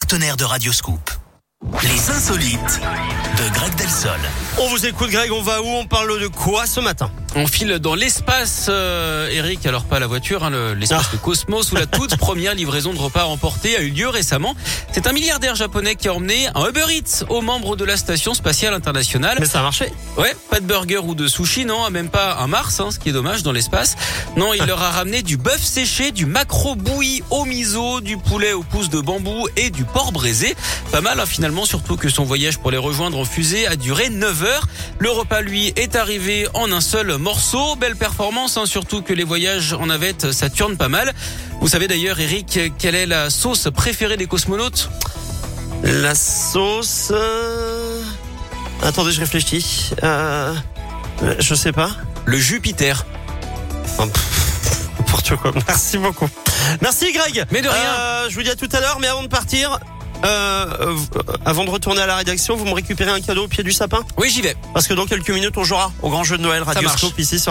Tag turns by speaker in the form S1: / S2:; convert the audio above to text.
S1: partenaire de Radioscoop. Les insolites de Greg Delsol.
S2: On vous écoute Greg, on va où On parle de quoi ce matin
S3: On file dans l'espace, euh, Eric, alors pas la voiture, hein, le- l'espace de Cosmos, où la toute première livraison de repas emportés a eu lieu récemment. C'est un milliardaire japonais qui a emmené un Uber Eats aux membres de la Station Spatiale Internationale.
S2: Mais ça a marché
S3: Ouais, pas de burger ou de sushi, non, ah, même pas un Mars, hein, ce qui est dommage dans l'espace. Non, il leur a ramené du bœuf séché, du macro bouilli au miso, du poulet aux pousses de bambou et du porc braisé. Pas mal hein, finalement, surtout que son voyage pour les rejoindre en fusée a duré 9 heures. Le repas, lui, est arrivé en un seul morceau. Belle performance, hein, surtout que les voyages en navette, ça tourne pas mal. Vous savez d'ailleurs, Eric, quelle est la sauce préférée des cosmonautes
S2: La sauce... euh, Attendez, je réfléchis. Euh... euh, Je sais pas.
S3: Le Jupiter.
S2: Oh, pff, N'importe quoi. Merci beaucoup. Merci Greg.
S3: Mais de rien.
S2: Euh, je vous dis à tout à l'heure, mais avant de partir, euh, euh, avant de retourner à la rédaction, vous me récupérez un cadeau au pied du sapin
S3: Oui, j'y vais.
S2: Parce que dans quelques minutes, on jouera au grand jeu de Noël
S3: marche.
S2: Radioscope ici sur